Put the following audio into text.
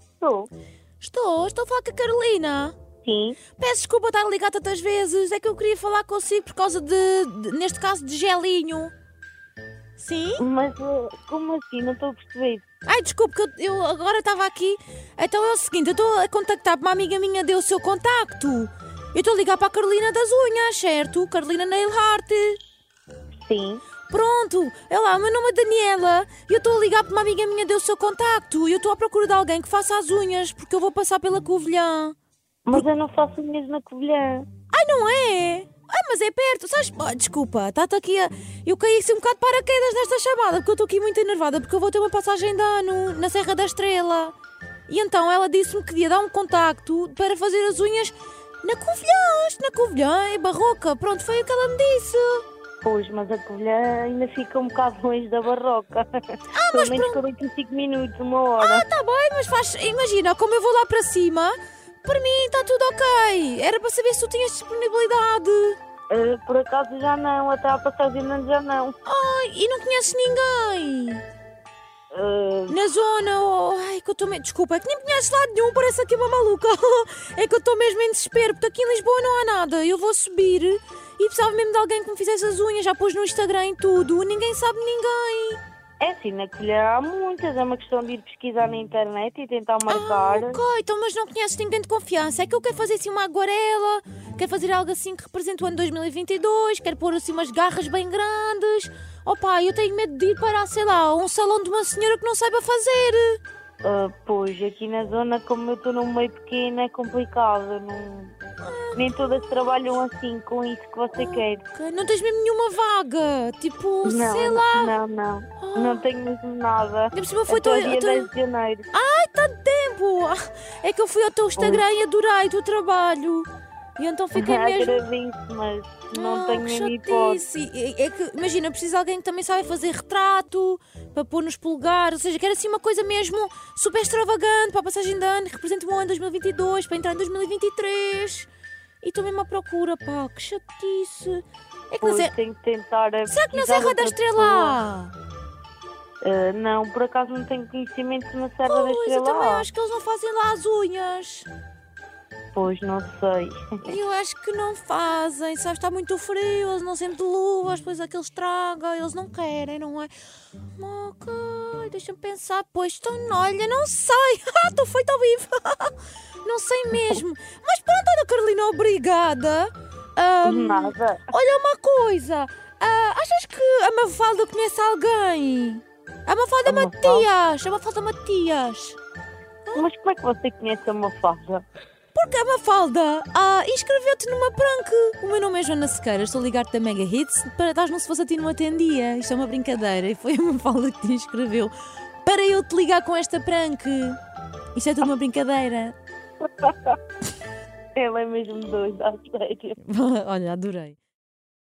Estou. Estou, estou a falar com a Carolina. Sim. Peço desculpa estar a ligar tantas vezes, é que eu queria falar consigo por causa de, de- neste caso, de gelinho. Sim? Mas eh, como assim? Não estou a perceber. Ai, desculpe, que eu, eu agora estava aqui. Então é o seguinte, eu estou a contactar, uma amiga minha deu o seu contacto. Eu estou a ligar para a Carolina das Unhas, certo? Carolina Neilhart. Sim. Pronto, é lá, o meu nome é Daniela e eu estou a ligar para uma amiga minha deu o seu contacto. E eu estou à procura de alguém que faça as unhas, porque eu vou passar pela Covilhã. Mas eu não faço unhas na Covilhã. Ai, não é? Ah, mas é perto, sabes? Ah, desculpa, está-te aqui a... Eu caí assim um bocado de paraquedas nesta chamada, porque eu estou aqui muito enervada, porque eu vou ter uma passagem de ano na Serra da Estrela. E então ela disse-me que ia dar um contacto para fazer as unhas na Covilhã, isto na Covilhã, em Barroca. Pronto, foi o que ela me disse. Pois, mas a Covilhã ainda fica um bocado longe da Barroca. Pelo menos 45 minutos, uma hora. Ah, tá bem, mas faz... Imagina, como eu vou lá para cima, para mim está tudo ok. Era para saber se tu tinhas disponibilidade. Eh, por acaso já não, até à passagem de ano já não. Ai, e não conheces ninguém. Eh, Na zona, oh, ai, que eu estou mesmo. Desculpa, é que nem me conheces lado nenhum, parece aqui uma maluca. É que eu estou mesmo em desespero, porque aqui em Lisboa não há nada. Eu vou subir e precisava mesmo de alguém que me fizesse as unhas, já pôs no Instagram e tudo. Ninguém sabe de ninguém. é assim, na Covilhã há muitas. É uma questão de ir pesquisar na internet e tentar Ah, marcar. ok, então, mas não conheces ninguém de confiança. É que eu quero fazer assim uma aguarela, quero fazer algo assim que represente o ano 2022, quero pôr assim umas garras bem grandes. Oh pá, eu tenho medo de ir para, sei lá, um salão de uma senhora que não saiba fazer. Ah, pois, aqui na zona, como eu estou num meio pequeno, é complicado. Não... Ah. Nem todas trabalham assim com isso que você quer. Ok, Não tens mesmo nenhuma vaga, tipo, não, sei lá. não, não. Ah. Não tenho mesmo nada. Ainda por cima foi Ah, Até teu, o dia teu... 10 de janeiro. Ai, tanto tempo! Ah, É que eu fui ao teu Instagram e adorei o teu trabalho. E então fiquei Ah, mesmo... Agradeço, mas não Ah, tenho que mesmo hipótese. chatice. É, é que, imagina, preciso de alguém que também sabe fazer retrato, para pôr nos polegares, ou seja, quero assim uma coisa mesmo super extravagante para a passagem de ano, que represente o ano 2022, para entrar em 2023. E estou mesmo à procura, pá, que chatice. É que não Pois, então sei... tenho que tentar. a Será que pesquisar na Serra da outra Estrela? pessoa. há? Ah, não, por acaso não tenho conhecimento na Serra da Pois, eu Estrela. também acho que eles não fazem lá as unhas. Pois, não sei. Eu acho que não fazem, sabes? Está muito frio, eles não sempre de luvas, depois aqueles estraga, eles não querem, não é? Ok, deixa-me pensar, pois, então, olha, não sei, Ah, estou feita ao vivo, não sei mesmo. Mas pronto, olha, Carolina, obrigada. Ahm, Nada. olha uma coisa, ah, achas que a Mafalda conhece alguém? A Mafalda A Mafalda? Matias, a Mafalda Matias. Mas como é que você conhece a Mafalda? Porque a Mafalda ah, inscreveu-te numa prank. O meu nome é Joana Sequeira, estou a ligar-te da Mega Hits para dar-nos se fosse a ti não atendia. Isto é uma brincadeira e foi a Mafalda que te inscreveu para eu te ligar com esta prank. Isto é tudo uma brincadeira. Ela é mesmo doida, a sério. Olha, adorei.